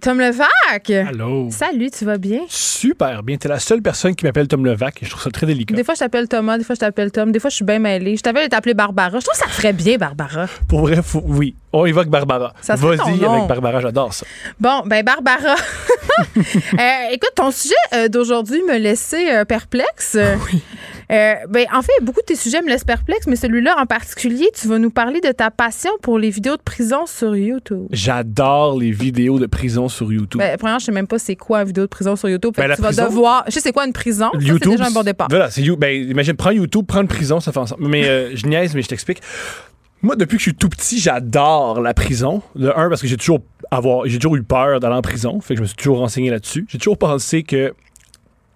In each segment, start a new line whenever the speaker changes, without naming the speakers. Tom Levac!
Allô?
Salut, tu vas bien?
Super bien. T'es la seule personne qui m'appelle Tom Levac et je trouve ça très délicat.
Des fois, je t'appelle Thomas, des fois, je t'appelle Tom, des fois, je suis bien mêlée. Je t'avais appelé Barbara. Je trouve que ça te ferait bien, Barbara.
Pour vrai, faut- oui. On évoque Barbara.
Ça serait ton
Vas-y
nom.
avec Barbara, j'adore ça.
Bon, ben, Barbara. Euh, écoute, ton sujet euh, d'aujourd'hui me laissait euh, perplexe.
Ah
Oui. ben, en fait, beaucoup de tes sujets me laissent perplexe, mais celui-là en particulier, tu vas nous parler de ta passion pour les vidéos de prison sur YouTube.
J'adore les vidéos de prison sur YouTube.
Ben, premièrement, je sais même pas c'est quoi une vidéo de prison sur YouTube. Fait
Ben,
que
la
tu vas
prison-
devoir. Je sais c'est quoi une prison. Oh, Ça,
YouTube.
C'est déjà un bon départ.
Voilà, c'est You- Ben, imagine, prends YouTube, prends une prison, ça fait ensemble. Mais euh, je niaise, mais je t'explique. Moi, depuis que je suis tout petit, j'adore la prison. De un, parce que j'ai toujours, avoir, j'ai toujours eu peur d'aller en prison. Fait que je me suis toujours renseigné là-dessus. J'ai toujours pensé que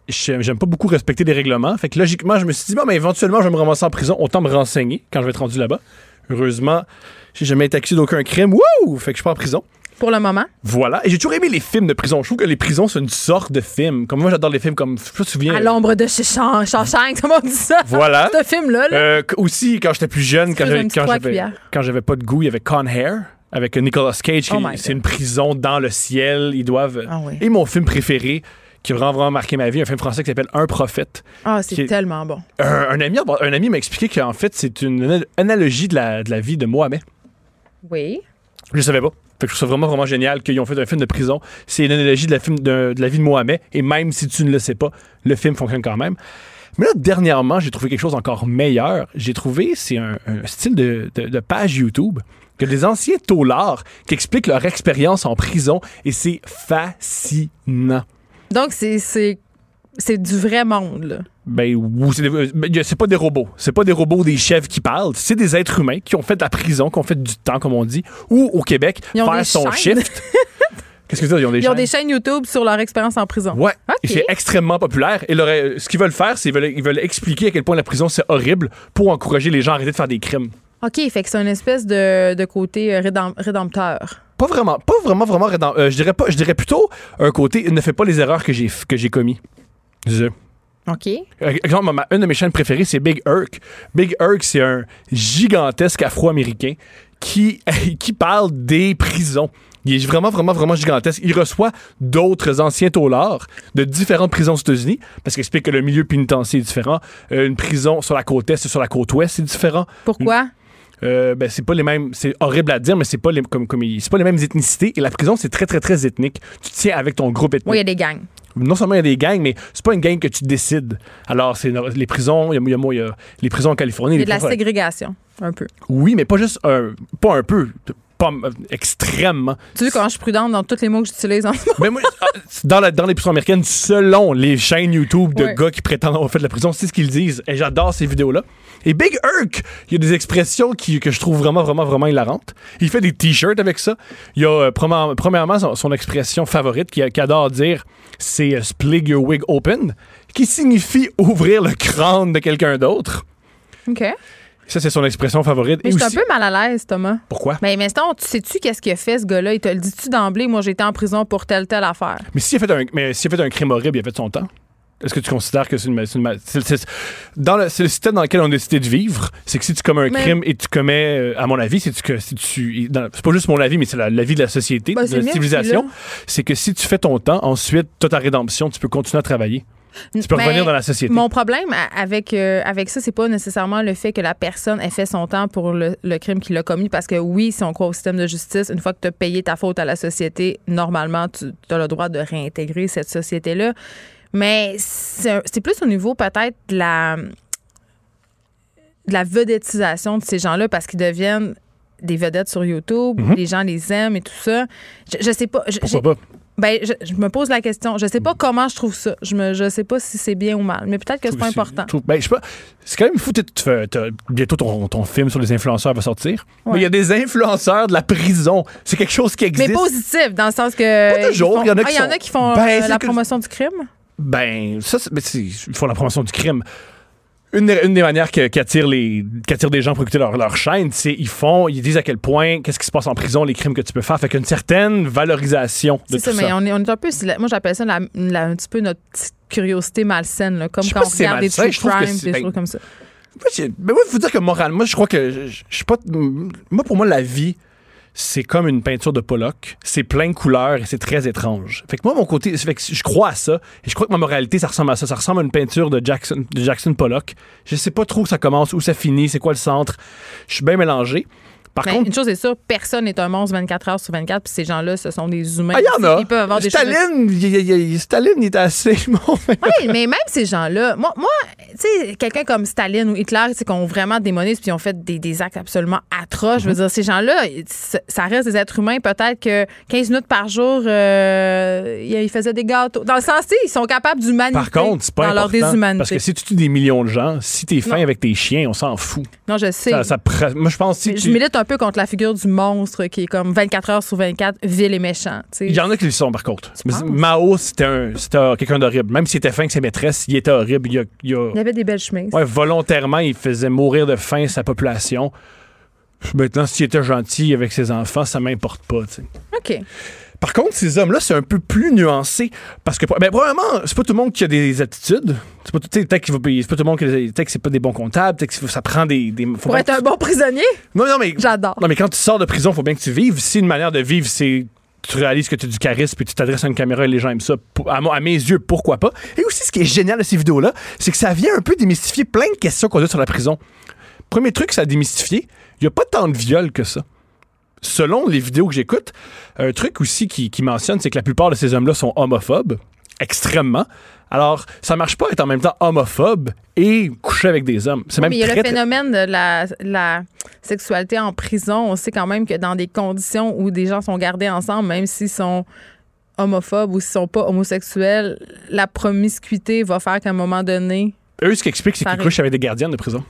je- j'aime pas beaucoup respecter les règlements. Fait que logiquement, je me suis dit, bon, mais éventuellement, je vais me ramasser en prison. Autant me renseigner quand je vais être rendu là-bas. Heureusement, j'ai jamais été accusé d'aucun crime. Wouh! Fait que je suis pas en prison.
Pour le moment.
Voilà. Et j'ai toujours aimé les films de prison. Je trouve que les prisons, c'est une sorte de film. Comme moi, j'adore les films comme. Je sais pas si tu te souviens.
À l'ombre de chez Shang- Shawshank, comment on dit ça?
Voilà.
Ce film-là, là.
Euh, qu- aussi, quand j'étais plus jeune, quand
Excuse,
j'avais,
une petite
quand,
croix à
j'avais,
cuillère.
quand j'avais pas de goût, il y avait Con Hair avec Nicolas Cage. qui-
Oh my
c'est
God.
une prison dans le ciel. Ils doivent.
Ah oui.
Et mon film préféré, qui a vraiment, vraiment marqué ma vie, un film français qui s'appelle Un prophète.
Ah, c'est
qui est-
tellement bon.
Un, un ami, un ami m'a expliqué qu'en fait, c'est une ana- analogie de la, de la vie de Mohamed.
Oui.
Je le savais pas. Fait que je trouve ça vraiment, vraiment génial qu'ils ont fait un film de prison. C'est une analogie de la, film, de, de la vie de Mohamed. Et même si tu ne le sais pas, le film fonctionne quand même. Mais là, dernièrement, j'ai trouvé quelque chose encore meilleur. J'ai trouvé, c'est un, un style de, de- de page YouTube que des anciens taulards qui expliquent leur expérience en prison. Et c'est fascinant.
Donc, c'est- c'est c'est du vrai monde, là.
Ben, ou c'est des- ben, y a- c'est pas des robots. C'est pas des robots, des chefs qui parlent. C'est des êtres humains qui ont fait de la prison, qui ont fait du temps, comme on dit, ou au Québec,
Ils ont
faire
des
son
chaînes.
shift. Qu'est-ce que tu veux dire? Ils ont des
Ils ont
chaînes?
des chaînes YouTube sur leur expérience en prison.
Ouais.
Ok.
Et c'est extrêmement populaire. Et leur- euh, ce qu'ils veulent faire, c'est qu'ils veulent, ils veulent expliquer à quel point la prison, c'est horrible pour encourager les gens à arrêter de faire des crimes.
OK, fait que c'est une espèce de, de côté euh, rédem- rédempteur.
Pas vraiment, pas vraiment, vraiment. rédem- euh, je dirais pas, je dirais plutôt un côté ne fais pas les erreurs que j'ai que j'ai commis. Je-
OK.
Euh, Exemple, ma- une de mes chaînes préférées, c'est Big Irk. Big Irk, c'est un gigantesque Afro-américain qui, qui parle des prisons. Il est vraiment, vraiment, vraiment gigantesque. Il reçoit d'autres anciens taulards de différentes prisons aux États-Unis parce qu'il explique que le milieu pénitentiaire est différent. Euh, une prison sur la côte est et sur la côte ouest, c'est différent.
Pourquoi?
Euh, ben, c'est pas les mêmes. C'est horrible à dire, mais c'est pas, les, comme, comme, il- c'est pas les mêmes ethnicités. Et la prison, c'est très, très, très ethnique. Tu te tiens avec ton groupe ethnique
Oui, il y a des gangs.
non seulement il y a des gangs, mais c'est pas une gang que tu décides. Alors, c'est une- les prisons, il y a- il y, a- il y a les prisons en Californie.
Il y
les
a de la
prisons- euh,
ségrégation, un peu.
Oui, mais pas juste un, pas un peu, pas euh, extrêmement.
Tu vois comment je suis prudente dans tous les mots que j'utilise en ce moment?
mais moi, ah, dans, la, dans les prisons américaines, selon les chaînes YouTube de
Ouais.
gars qui prétendent avoir fait de la prison, c'est ce qu'ils disent. Et j'adore ces vidéos-là. Et Big Irk, il y a des expressions qui, que je trouve vraiment, vraiment, vraiment hilarantes. Il fait des t-shirts avec ça. Il y a, euh, première- premièrement, son, son expression favorite qui, qui adore dire, c'est euh, splig your wig open, qui signifie ouvrir le crâne de quelqu'un d'autre.
OK.
Ça, c'est son expression favorite.
Mais
Et
je suis un
aussi-
peu mal à l'aise, Thomas.
Pourquoi?
Mais maintenant, tu sais-tu qu'est-ce qu'il a fait, ce gars-là? Il te le dit-tu d'emblée? Moi, j'étais en prison pour telle, telle affaire.
Mais s'il a, fait un- mais s'il a fait un crime horrible, il a fait son temps. Est-ce que tu considères que c'est une. c'est une ma- c'est- c'est- dans le, c'est le système dans lequel on a décidé de vivre, c'est que si tu commets un
Mais-
crime et tu commets, euh, à mon avis, si tu, que- si tu- dans- c'est pas juste mon avis, mais c'est la- l'avis de la société,
Bah,
de
c'est
la
le mien,
civilisation,
celui-là.
c'est que si tu fais ton temps, ensuite, t'as ta rédemption, tu peux continuer à travailler. Tu peux
Mais
revenir dans la société.
Mon problème a- avec, euh, avec ça, c'est pas nécessairement le fait que la personne ait fait son temps pour le, le crime qu'il a commis, parce que oui, si on croit au système de justice, une fois que tu as payé ta faute à la société, normalement, tu as le droit de réintégrer cette société-là. Mais c'est un- c'est plus au niveau peut-être de la, de la vedettisation de ces gens-là, parce qu'ils deviennent des vedettes sur YouTube, les gens les aiment et tout ça. Je, je sais pas. je- j'ai-
Pourquoi pas?
Ben, je, je me pose la question. Je sais
Mm.
pas comment je trouve ça. Je me, je sais pas si c'est bien ou mal, mais peut-être que c'est pas
Aussi,
important.
je trouve- ben, je sais pas. C'est quand même fou. t'es- tu fais- t'as- bientôt, ton, ton film sur les influenceurs va sortir.
Ouais.
Mais il y a des influenceurs de la prison. C'est quelque chose qui
Mais
existe.
positif, dans le sens que.
Pas toujours,
ils font-
il y en a
Ah,
qui
il y en
sont-
a qui font
Ben,
euh,
c'est
la
que-
promotion du crime.
Ben, ça, c'est- ben, c'est- ils font la promotion du crime. Une, des- une des manières que- qui attire, les, qui attire des gens pour écouter leur, leur chaîne, c'est ils font, ils disent à quel point, qu'est-ce qui se passe en prison, les crimes que tu peux faire. Fait qu'une certaine valorisation de
C'est
tout
ça,
ça.
mais on est, on est un peu. Moi, j'appelle ça la- la- un petit peu notre petite curiosité malsaine, là, comme
Je sais
quand
pas
on
si c'est
regarde des
malsain,
true
je trouve que
crime,
c'est-
des
ben,
choses comme ça.
Moi, j'ai- ben, moi, vous dire que moralement, moi, je crois que je, je- je suis pas. Moi, pour moi, la vie, c'est comme une peinture de Pollock. C'est plein de couleurs et c'est très étrange. Fait que moi, mon côté, fait que je crois à ça. Et je crois que ma moralité, ça ressemble à ça. Ça ressemble à une peinture de Jackson, de Jackson Pollock. Je sais pas trop où ça commence, où ça finit, c'est quoi le centre. Je suis bien mélangé. Par
Ben,
contre,
une chose est sûre, personne n'est un monstre 24 heures sur 24, puis ces gens-là, ce sont des humains.
ah, il y en a.
Ils peuvent avoir des choses.
Staline, il- il- il- Staline, il était assez. bon.
Oui, mais même ces gens-là, moi, moi tu sais, quelqu'un comme Staline ou Hitler, c'est qu'on vraiment démonisé puis ils ont fait des, des actes absolument atroces.
Mhm.
Je veux dire, ces gens-là, c- ça reste des êtres humains. Peut-être que 15 minutes par jour, euh, ils faisaient des gâteaux. Dans le sens, tu sais, ils sont capables d'humanité.
Par contre, c'est pas
Dans leur
important.
déshumanité.
Parce que si tu tues des millions de gens, si t'es fin
Non.
avec tes chiens, on s'en fout.
Non, je sais.
Ça, ça pre- moi, je pense que si
Mais je
tu-
milite un peu contre la figure du monstre qui est comme 24 heures sur 24, vil et méchant. tu sais.
Il y en a qui le sont, par contre. Mais
penses?
Mao, c'était un- c'était un- quelqu'un d'horrible. Même s'il était fin avec ses maîtresses, il était horrible. Il a, il a-
Il y avait des belles chemises.
ouais, volontairement, il faisait mourir de faim sa population. Maintenant, s'il était gentil avec ses enfants, ça m'importe pas. tu sais.
OK.
Par contre, ces hommes-là, c'est un peu plus nuancé. Parce que, ben, probablement, c'est pas tout le monde qui a des attitudes. C'est pas, tout- tu sais, peut-être qu'il va- c'est pas tout le monde qui a des- peut-être que c'est pas des bons comptables. Peut-être que ça prend des. des- faut
Pour
bien
être un bon prisonnier,
non, non, mais.
J'adore.
Non, mais quand tu sors de prison, faut bien que tu vives. Si une manière de vivre, c'est. Tu réalises que tu as du charisme puis tu t'adresses à une caméra et les gens aiment ça. Pour- à, moi- à mes yeux, pourquoi pas? Et aussi, ce qui est génial de ces vidéos-là, c'est que ça vient un peu démystifier plein de questions qu'on a sur la prison. Premier truc, ça a démystifié, il n'y a pas tant de viols que ça. Selon les vidéos que j'écoute, un truc aussi qui, qui mentionne, c'est que la plupart de ces hommes-là sont homophobes, extrêmement. Alors, ça marche pas être en même temps homophobe et coucher avec des hommes. C'est même
mais il y a
très,
le
très-
phénomène de la, la sexualité en prison. On sait quand même que dans des conditions où des gens sont gardés ensemble, même s'ils sont homophobes ou s'ils sont pas homosexuels, la promiscuité va faire qu'à un moment donné,
Eux, ce qu'ils expliquent, c'est
Ça
qu'ils
arrive.
couchent avec des gardiennes de prison.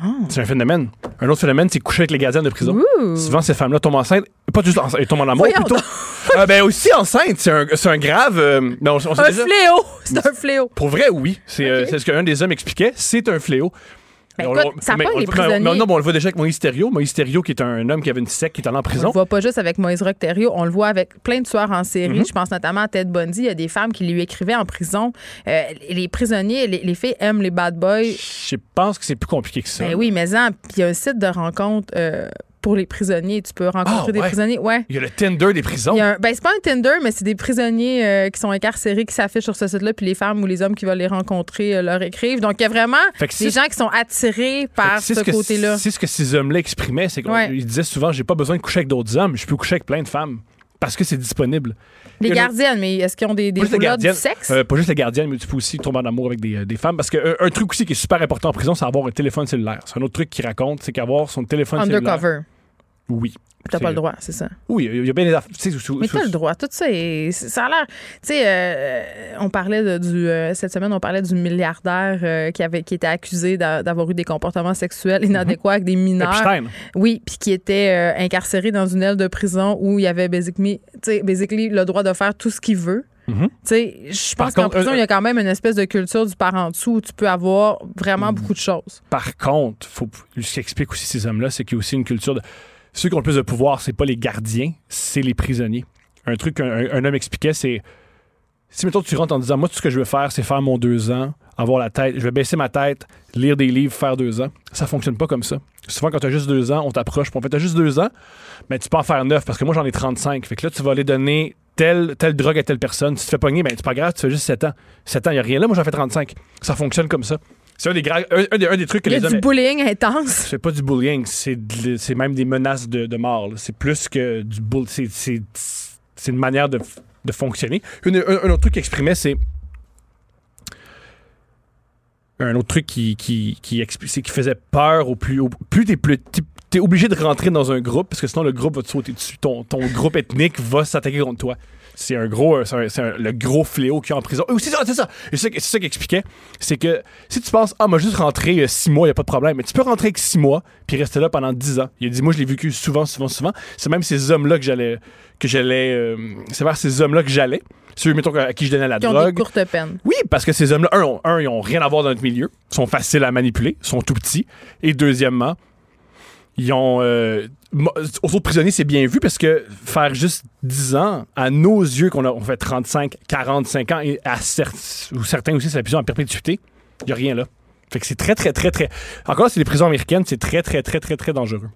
Ah.
C'est un phénomène. Un autre phénomène, c'est coucher avec les gardiennes de prison.
Ouh.
Souvent, ces femmes-là tombent enceintes. Pas juste enceintes, elles tombent en amour
Voyons
plutôt. Euh, ben aussi enceintes, c'est un, c'est un grave. euh, ben, on- on sait
un
déjà-
fléau, c'est un fléau.
Pour vrai, oui. C'est euh, c'est ce qu'un des hommes expliquait. C'est un fléau.
Ben,
Mais on-
écoute,
on-
ça
mais
pogne
on-
les
mais-
prisonniers.
mais non, mais on le voit déjà avec Moïse Thériault. Moïse Thériault, qui est un homme qui avait une sec, qui est allé en
On le
prison.
voit pas juste avec Moïse Rocterio, on le voit avec plein de tueurs en série.
Mm-hmm.
Je pense notamment à Ted Bundy. Il y a des femmes qui lui écrivaient en prison. Euh, les prisonniers, les, les filles aiment les bad boys.
Je pense que c'est plus compliqué que ça.
Ben oui, mais en, puis il y a un site de rencontre euh, pour les prisonniers. Tu peux rencontrer
Ah,
des
ouais.
prisonniers. Ouais.
Il y a le Tinder des prisons.
Il y a un- ben, c'est pas un Tinder, mais c'est des prisonniers euh, qui sont incarcérés qui s'affichent sur ce site-là, puis les femmes ou les hommes qui veulent les rencontrer euh, leur écrivent. Donc, il y a vraiment
Fait que
des
c'est-
gens qui sont attirés
Fait
par
que c'est
ce
que-
côté-là.
C'est ce que ces hommes-là exprimaient, c'est qu'ils
Ouais.
disaient souvent j'ai pas besoin de coucher avec d'autres hommes, je peux coucher avec plein de femmes parce que c'est disponible.
Les
Il y en a-
gardiennes, mais est-ce qu'ils ont des, des
Pas juste les
roulottes du
gardiennes,
sexe?
euh, pas juste les gardiennes, mais tu peux aussi tomber en amour avec des, euh, des femmes. Parce que euh, un truc aussi qui est super important en prison, c'est avoir un téléphone cellulaire. C'est un autre truc qu'ils raconte, c'est qu'avoir son téléphone cellulaire.
Undercover.
Oui.
T'as pas
C'est-
le droit, c'est ça.
Oui, il y a bien des aff- tu sais, sous- sous-
Mais t'as
sous-
le droit, tout ça, est- ça a l'air. Tu sais, euh, on parlait de- du euh, cette semaine, on parlait du milliardaire euh, qui avait qui était accusé d'a- d'avoir eu des comportements sexuels
Mhm.
inadéquats avec des mineurs.
Epstein.
Oui, puis qui était euh, incarcéré dans une aile de prison où il avait basically, tu sais, basically le droit de faire tout ce qu'il veut. Tu
Mhm.
sais, je
Par
pense qu'en
contre,
prison,
euh,
il y a quand même une espèce de culture du par en dessous où tu peux avoir
Mm.
vraiment beaucoup de choses.
Par contre, faut, ce qui explique aussi ces hommes-là, c'est qu'il y a aussi une culture de. Ceux qui ont le plus de pouvoir, c'est pas les gardiens, c'est les prisonniers. Un truc qu'un un- un homme expliquait, c'est. Si, mettons, tu rentres en disant, moi, tout ce que je veux faire, c'est faire mon deux ans, avoir la tête, je vais baisser ma tête, lire des livres, faire deux ans. Ça fonctionne pas comme ça. Souvent, quand t'as juste deux ans, on t'approche. pour En fait, t'as juste deux ans, mais tu peux en faire neuf, parce que moi, j'en ai 35. Fait que là, tu vas aller donner telle, telle drogue à telle personne. Si tu te fais pogner, ben, c'est pas grave, tu fais juste 7 ans. 7 ans, y a rien là, moi, j'en fais 35. Ça fonctionne comme ça. C'est un des, gra- un- un des- un des trucs que
Il y a
les hommes.
du bullying intense.
C'est pas du bullying, c'est de- c'est même des menaces de, de mort. là. C'est plus que du bull. c'est- C'est c'est une manière de, f- de fonctionner. Une- un, un autre truc qu'il exprimait, c'est. Un autre truc qui, qui, qui, expli- c'est qu'il faisait peur au plus. Au, plus t'es plus. t'es- T'es obligé de rentrer dans un groupe parce que sinon le groupe va te sauter dessus. Ton, ton groupe ethnique va s'attaquer contre toi. c'est un gros, euh, c'est un- c'est un- le gros fléau qu'il y a en prison. Oui, c'est ça, c'est ça. Et C'est c'est ça qu'il expliquait. C'est que si tu penses, ah, moi, juste rentrer euh, six mois, il n'y a pas de problème. Mais tu peux rentrer avec six mois, puis rester là pendant dix ans. Il a dit, moi, je l'ai vécu souvent, souvent, souvent. C'est même ces hommes-là que j'allais. que j'allais euh, c'est vers ces hommes-là que j'allais. Ceux, mettons, à qui je donnais la
Qui ont des
drogue.
courtes peines.
Oui, parce que ces hommes-là, un, ont- un, ils ont rien à voir dans notre milieu, sont faciles à manipuler, sont tout petits. Et deuxièmement, ils ont. euh, mo- aux autres prisonniers, c'est bien vu parce que faire juste 10 ans, à nos yeux, qu'on a on fait 35, 45 ans, et à cer- ou certains aussi, c'est la prison à perpétuité, il n'y a rien là. Fait que c'est très, très, très, très. Encore là, c'est les prisons américaines, c'est très, très, très, très, très dangereux.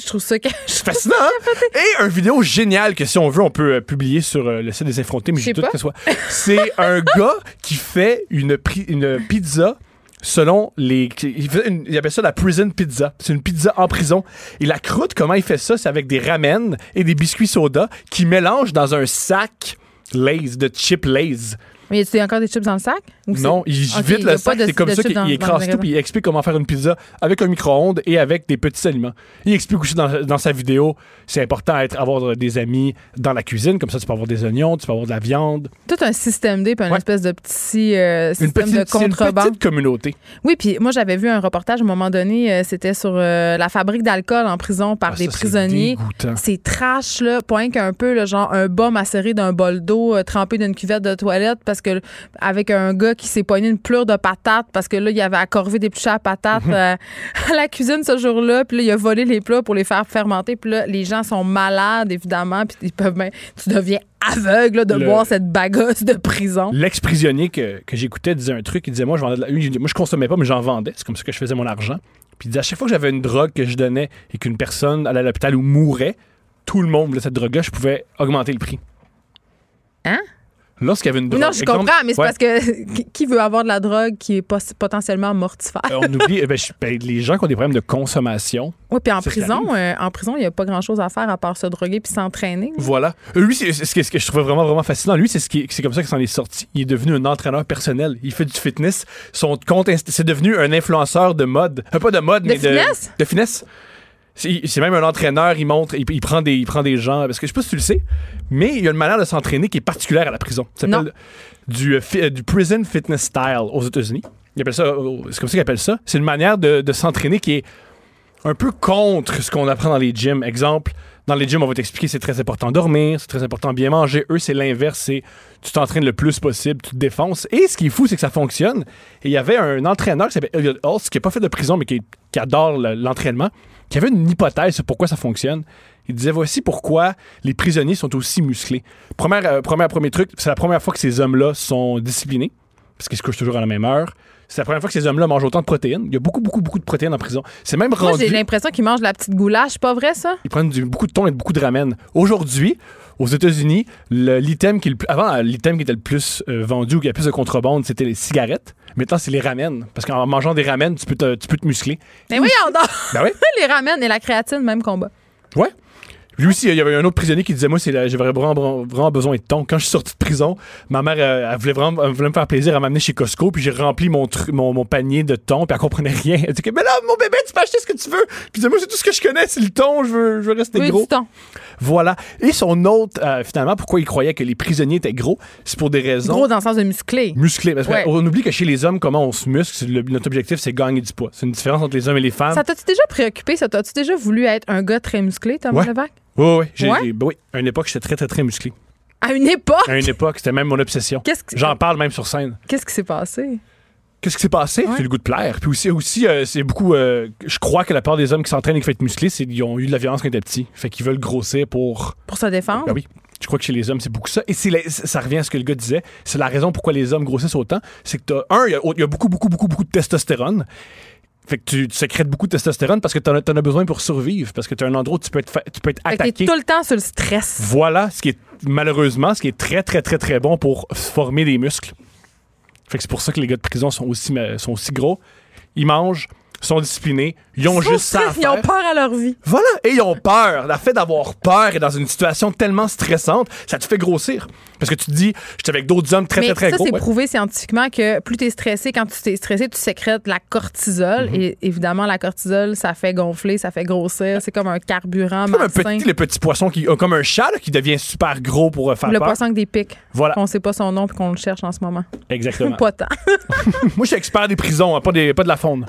Je trouve ça que.
C'est fascinant, hein? Et un vidéo génial que si on veut, on peut euh, publier sur euh, le site des effrontés, mais
Je
j'ai
sais
doute
pas.
que ce soit. C'est un gars qui fait une, pri- une pizza selon les. Il, fait une- il appelle ça la prison pizza. C'est une pizza en prison. Et la croûte, comment il fait ça? C'est avec des ramen et des biscuits soda qu'il mélange dans un sac Lays, de chip Lays.
Mais y a-tu encore des chips dans le sac? Ou c'est-
Non, il
Ok,
vide
y a pas
le sac.
de-
C'est comme
de
ça
chips
qu'il
dans-
il
dans le
écrase tout
magasin.
puis il explique comment faire une pizza avec un micro-ondes et avec des petits aliments. Il explique aussi dans, dans sa vidéo, c'est important d'être avoir des amis dans la cuisine, comme ça tu peux avoir des oignons, tu peux avoir de la viande.
Tout un système D, puis une
Ouais.
espèce de petit euh,
Une
système de
petite, c'est une
contrebande.
petite communauté.
Oui, puis moi, j'avais vu un reportage à un moment donné, euh, c'était sur euh, la fabrique d'alcool en prison par
Ah,
des
ça, c'est
prisonniers.
dégoûtant.
C'est trash, là, point qu'un peu, là, genre un bas macéré d'un bol d'eau euh, trempé d'une cuvette de toilette parce que avec un gars qui s'est poigné une plure de patate parce que là, il avait accorvé des petits à patates
Mhm.
euh, à la cuisine ce jour-là, puis là, il a volé les plats pour les faire fermenter, puis là, les gens sont malades, évidemment, puis ils peuvent même. Tu deviens aveugle là, de
Le-
boire cette bagasse de prison.
L'ex-prisonnier que, que j'écoutais disait un truc, il disait moi je vendais de la- lui, il dit, moi je consommais pas mais j'en vendais, c'est comme ça que je faisais mon argent. Puis il disait à chaque fois que j'avais une drogue que je donnais et qu'une personne allait à l'hôpital ou mourait, tout le monde voulait cette drogue-là, je pouvais augmenter le prix.
Hein?
Lorsqu'il y avait une drogue.
non, je
exemple-
comprends, mais c'est
Ouais.
parce que qui- qui veut avoir de la drogue qui est pos- potentiellement mortifère?
Euh, on oublie euh, ben, je- ben, les gens qui ont des problèmes de consommation.
Oui, puis en
c'est ce qui
prison, euh, en prison, il n'y a pas grand-chose à faire à part se droguer puis s'entraîner.
Voilà. Euh, Lui, c'est c'est ce que, ce que je trouvais vraiment, vraiment fascinant. Lui, c'est ce qui- c'est comme ça qu'il s'en est sorti. Il est devenu un entraîneur personnel. Il fait du fitness. Son compte, Insta- c'est devenu un influenceur de mode. Euh, pas de mode,
De
mais
finesse?
de, de finesse. C'est c'est même un entraîneur. Il montre, il, il prend des, il prend des gens. Parce que je sais pas si tu le sais, mais il y a une manière de s'entraîner qui est particulière à la prison. Ça
Non.
s'appelle du, euh, fi- euh, du prison fitness style aux États-Unis. Ils appellent ça, euh, c'est comme ça qu'ils appellent ça. C'est une manière de, de s'entraîner qui est un peu contre ce qu'on apprend dans les gyms. Exemple, dans les gyms, on va t'expliquer c'est très important de dormir, c'est très important de bien manger. Eux, c'est l'inverse, c'est tu t'entraînes le plus possible, tu te défonces. Et ce qui est fou, c'est que ça fonctionne. Et il y avait un entraîneur qui s'appelle Elliot Hulse, qui n'a pas fait de prison, mais qui, qui adore le- l'entraînement, qui avait une hypothèse sur pourquoi ça fonctionne. Il disait voici pourquoi les prisonniers sont aussi musclés. Première, euh, première- premier truc, c'est la première fois que ces hommes-là sont disciplinés, parce qu'ils se couchent toujours à la même heure. C'est la première fois que ces hommes-là mangent autant de protéines. Il y a beaucoup, beaucoup, beaucoup de protéines en prison. C'est même
Moi,
rendu.
j'ai l'impression qu'ils mangent de la petite goulache, pas vrai, ça?
Ils prennent du- beaucoup de thon et beaucoup de ramen. Aujourd'hui, aux États-Unis, le- l'item qui est le plus- avant euh, l'item qui était le plus euh, vendu ou qui a le plus de contrebande, c'était les cigarettes. Maintenant, c'est les ramen parce qu'en mangeant des ramen, tu peux te, tu peux te muscler.
Mais oui, on dort!
Ben ouais.
les ramènes et la créatine, même combat.
Ouais. Lui aussi, il y avait un autre prisonnier qui disait Moi, c'est la- j'ai vraiment, vraiment besoin de thon. Quand je suis sorti de prison, ma mère, euh, elle voulait vraiment elle voulait me faire plaisir à m'amener chez Costco, puis j'ai rempli mon, tru- mon, mon panier de thon, puis elle comprenait rien. Elle dit que, Mais là, mon bébé, tu peux acheter ce que tu veux. Puis elle disait Moi, c'est tout ce que je connais, c'est le thon, je veux, je veux rester
Oui,
gros.
du thon.
Voilà. Et son autre, euh, finalement, pourquoi il croyait que les prisonniers étaient gros, c'est pour des raisons
Gros dans le sens de musclé.
musclées. Parce que
Ouais.
On oublie que chez les hommes, comment on se muscle, c'est le- notre objectif, c'est gagner du poids. C'est une différence entre les hommes et les femmes.
Ça t'a-tu déjà préoccupé? Ça t'a-tu déjà voulu être un gars très musclé, Thomas
Ouais.
Levac?
Oui, oui, j'ai-
Ouais?
j'ai- ben oui. À une époque, j'étais très, très, très musclé.
À une époque!
À une époque, c'était même mon obsession.
Qu'est-ce que-
J'en parle même sur scène.
Qu'est-ce qui s'est passé?
Qu'est-ce qui s'est passé?
Ouais.
C'est le goût de plaire. Puis aussi, aussi euh, c'est beaucoup. euh, je crois que la part des hommes qui s'entraînent et qui font être musclés, c'est qu'ils ont eu de la violence quand ils étaient petits. Fait qu'ils veulent grossir pour
Pour se défendre?
Ben oui. Je crois que chez les hommes, c'est beaucoup ça. Et c'est la- ça revient à ce que le gars disait. C'est la raison pourquoi les hommes grossissent autant. C'est que t'as, un, il y a- il y, a beaucoup, beaucoup, beaucoup, beaucoup de testostérone. Fait que tu, tu sécrètes beaucoup de testostérone parce que t'en as, t'en as besoin pour survivre. Parce que t'as un endroit où tu peux être, fa- tu peux être
Fait que t'es
attaqué.
tout le temps sur le stress.
Voilà ce qui est, malheureusement, ce qui est très, très, très, très bon pour se former des muscles. Fait que c'est pour ça que les gars de prison sont aussi, ma- sont aussi gros. Ils mangent, sont disciplinés, ils ont
Ils sont
juste ça à
stress, Ils ont
faire.
peur à leur vie.
Voilà, et ils ont peur. Le fait d'avoir peur et dans une situation tellement stressante, ça te fait grossir. Parce que tu te dis, j'étais avec d'autres hommes très,
Mais
très, très
ça,
gros.
c'est
Ouais.
prouvé scientifiquement que plus tu es stressé, quand tu t'es stressé, tu sécrètes la cortisol.
Mm-hmm.
Et évidemment, la cortisol, ça fait gonfler, ça fait grossir. C'est comme un carburant
Comme un
malsain.
petit, le petit poisson, qui, euh, comme un chat là, qui devient super gros pour euh, faire
le
peur.
poisson avec des pics.
Voilà,
On sait pas son nom puis qu'on le cherche en ce moment.
exactement.
Pas tant.
Moi, je suis expert des prisons, hein, pas, des, pas de la faune.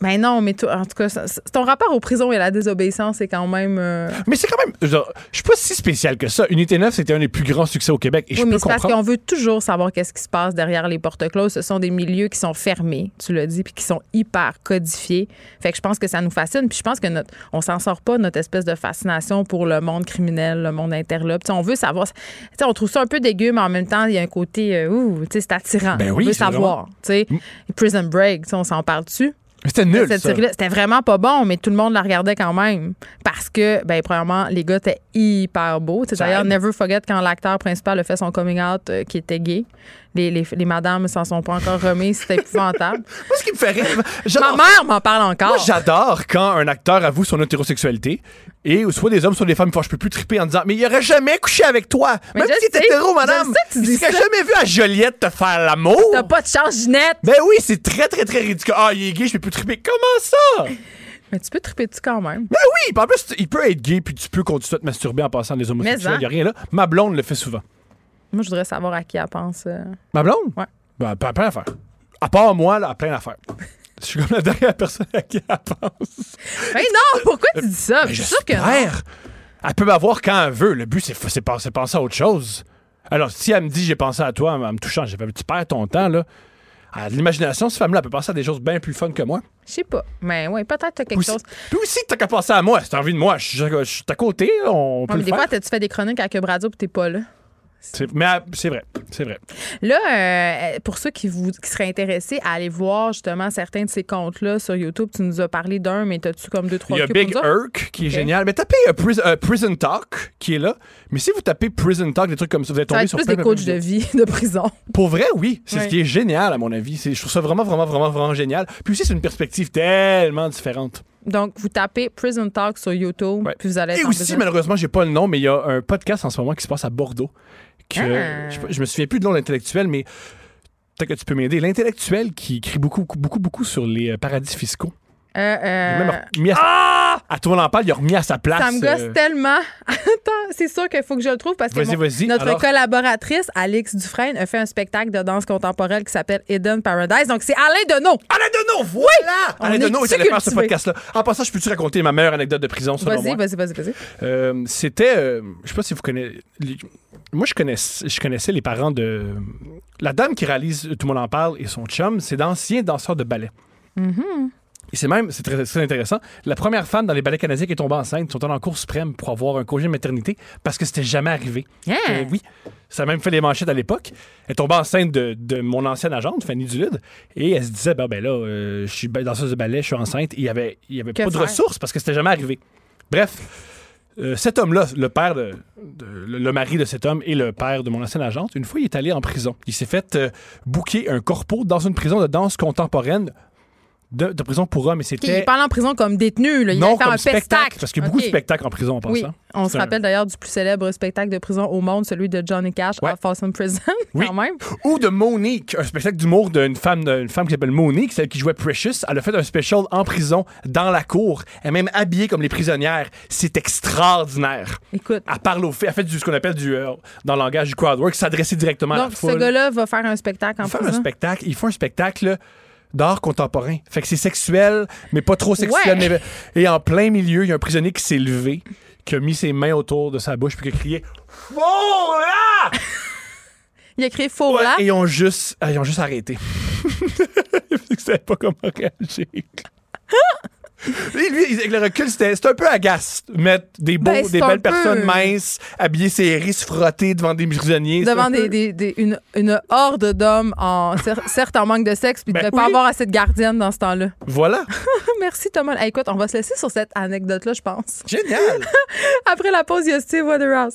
Ben non, mais toi, en tout cas, ça- c'est- ton rapport aux prisons et à la désobéissance est quand même. euh,
Mais c'est quand même. Je veux dire, je suis pas si spécial que ça. Unité 9, c'était un des plus grands succès au Québec. Et je
oui,
peux
mais c'est parce
comprendre.
qu'on veut toujours savoir qu'est-ce qui se passe derrière les portes closes. Ce sont des milieux qui sont fermés, tu l'as dit, puis qui sont hyper codifiés. Fait que je pense que ça nous fascine. Puis je pense que notre, on s'en sort pas notre espèce de fascination pour le monde criminel, le monde interlope. Tu sais, on veut savoir. Tu sais, on trouve ça un peu dégueu, mais en même temps, il y a un côté euh, ouh, tu sais, c'est attirant.
Ben
on
oui,
veut
c'est
savoir. Tu sais, Prison Break, tu sais, on s'en parle dessus.
Mais C'était nul.
Cette
ça.
série-là, c'était vraiment pas bon, mais tout le monde la regardait quand même. Parce que, ben, premièrement, les gars étaient hyper beaux. Tu sais,
Ça
D'ailleurs,
aide.
Never Forget quand l'acteur principal a fait son coming out euh, qui était gay. Les, les, les madames s'en sont pas encore remises, c'était épouvantable.
Moi, ce qui me fait rire.
Ma
j'adore-
mère m'en parle encore.
Moi, j'adore quand un acteur avoue son hétérosexualité et soit des hommes, soit des femmes, fois je peux plus triper en disant Mais il aurait jamais couché avec toi.
Mais
Même
je
si t'es
sais,
hétéro,
je
madame.
sais que tu
il
dis
serait
ça.
jamais vu à Joliette te faire l'amour.
T'as pas de chance, Ginette.
Ben oui, c'est très, très, très ridicule. Ah, il est gay, je peux plus triper. Comment ça? Ben
Mais tu peux triper dessus quand même.
oui, puis en plus, tu- il peut être gay, puis tu peux continuer à te masturber en passant des homosexuels.
Mais, hein.
Il y a rien là. Ma blonde le fait souvent.
Moi, je voudrais savoir à qui elle pense. euh.
Ma blonde?
Ouais.
Ben, pas plein d'affaires. À part moi, là, plein d'affaires. Je suis comme la dernière personne à qui elle pense.
Mais non, pourquoi tu dis ça?
Mais
Je suis sûre que non.
j'espère. Elle peut m'avoir quand elle veut. Le but, c'est c'est pas- c'est penser à autre chose. Alors, si elle me dit j'ai pensé à toi en en me touchant, j'ai fait tu perds ton temps, là. À l'imagination, cette femme-là elle peut penser à des choses bien plus fun que moi.
Je sais pas. Mais oui, peut-être t'as quelque
Puis aussi,
chose.
puis aussi, t'as qu'à penser à moi. Si t'as envie de moi, je, je- je suis à côté, on peut
Ouais, mais
le
des
faire.
fois, t'as- tu fais des chroniques à Cube Radio puis t'es pas là.
C'est- mais euh, c'est vrai, c'est vrai.
Là, euh, pour ceux qui, vous, qui seraient intéressés à aller voir justement certains de ces comptes-là sur YouTube, tu nous as parlé d'un, mais t'as-tu comme deux, trois
Il y a
trucs pour
Big
nous autres?
Irk qui est
Ok.
génial. Mais tapez euh, Pris- euh, Prison Talk qui est là. Mais si vous tapez Prison Talk, des trucs comme ça, vous allez
Ça va
tomber
être
sur
plus
plein,
des
plein,
coachs de
plein
vie, de prison.
Pour vrai, oui. C'est
Ouais.
ce qui est génial, à mon avis. C'est- Je trouve ça vraiment, vraiment, vraiment, vraiment génial. Puis aussi, c'est une perspective tellement différente.
Donc, vous tapez Prison Talk sur YouTube,
Ouais.
puis vous allez
Et
être en
aussi,
prison.
malheureusement, j'ai pas le nom, mais il y a un podcast en ce moment qui se passe à Bordeaux. Que
Ah.
je, je me souviens plus de nom de l'intellectuel, mais peut-être que tu peux m'aider. L'intellectuel qui écrit beaucoup, beaucoup, beaucoup, beaucoup sur les euh, paradis fiscaux.
Euh,
Il
euh,
a même remis à, ah! à tout le monde en parle, il a remis à sa place.
ça me gosse
euh,
tellement. Attends, c'est sûr qu'il faut que je le trouve parce que
Vas-y,
mon-
vas-y.
notre
Alors-
collaboratrice, Alix Dufresne, a fait un spectacle de danse contemporaine qui s'appelle Hidden Paradise. Donc, c'est Alain Deneau.
Alain Deneau, voilà!
On
Alain
est
Deneau est allé faire ce
cultivé.
podcast-là. En passant, je peux-tu raconter ma meilleure anecdote de prison, selon
Vas-y,
moi?
vas-y, vas-y, vas-y.
Euh, C'était... euh, je sais pas si vous connaissez... les- Moi, je connaissais, je connaissais les parents de... La dame qui réalise Tout le monde en parle et son chum, c'est d'anciens danseurs de ballet. Et c'est même, c'est très, très intéressant, la première femme dans les ballets canadiens qui est tombée enceinte, ils sont allés en cours suprême pour avoir un congé de maternité parce que c'était jamais arrivé.
Hein?
Euh, oui. Ça a même fait les manchettes à l'époque. Elle est tombée enceinte de, de mon ancienne agente, Fanny Dulude, et elle se disait ben, ben là, euh, je suis ba- danseuse de ballet, je suis enceinte. Et il n'y avait, il y avait
Que
pas de
faire?
ressources parce que c'était jamais arrivé. Bref, euh, cet homme-là, le père de, de- le, le mari de cet homme et le père de mon ancienne agente, une fois, il est allé en prison. Il s'est fait euh, booker un corpo dans une prison de danse contemporaine de, de prison pour hommes. Et
OK, il
c'était
parle en prison comme détenu. Là. Il
non
va faire
comme
un
spectacle,
spectacle.
parce qu'il y a beaucoup de
OK.
spectacles en prison en passant.
Oui, on se
C'est un-
rappelle d'ailleurs du plus célèbre spectacle de prison au monde, celui de Johnny Cash,
Ouais.
à Folsom Prison,
Oui.
quand même.
Ou de Monique, un spectacle d'humour d'une femme, une femme qui s'appelle Monique, celle qui jouait Precious. Elle a fait un special en prison, dans la cour. Elle est même habillée comme les prisonnières. C'est extraordinaire.
Écoute,
Elle parle au fait, elle fait du, ce qu'on appelle du, euh, dans le langage du crowdwork, s'adresser directement à
donc
la
ce
foule.
gars-là va faire un spectacle en
Ils font un
prison.
spectacle, ils font un spectacle d'art contemporain. Fait que c'est sexuel, mais pas trop sexuel.
Ouais.
mais- et en plein milieu, il y a un prisonnier qui s'est levé, qui a mis ses mains autour de sa bouche, puis qui a crié « Oh là! »
Il a créé Faux là.
Et ils ont juste, euh, ils ont juste arrêté. Ils savaient pas comment réagir. Lui, lui, avec le recul, c'était c'était un peu agace. Mettre des beaux,
Ben, c'est
des
un
belles personnes
peu-
minces, habillées serrées, se frotter devant des prisonniers. c'est un
devant des,
peu-
des- des- une, une horde d'hommes, en, cer- certes en manque de sexe, puis
Ben
de ne pas
oui.
avoir assez de gardienne dans ce temps-là.
Voilà.
Merci Thomas. Hey, écoute, on va se laisser sur cette anecdote-là, je pense.
Génial.
Après la pause, il y a Steve Waterhouse.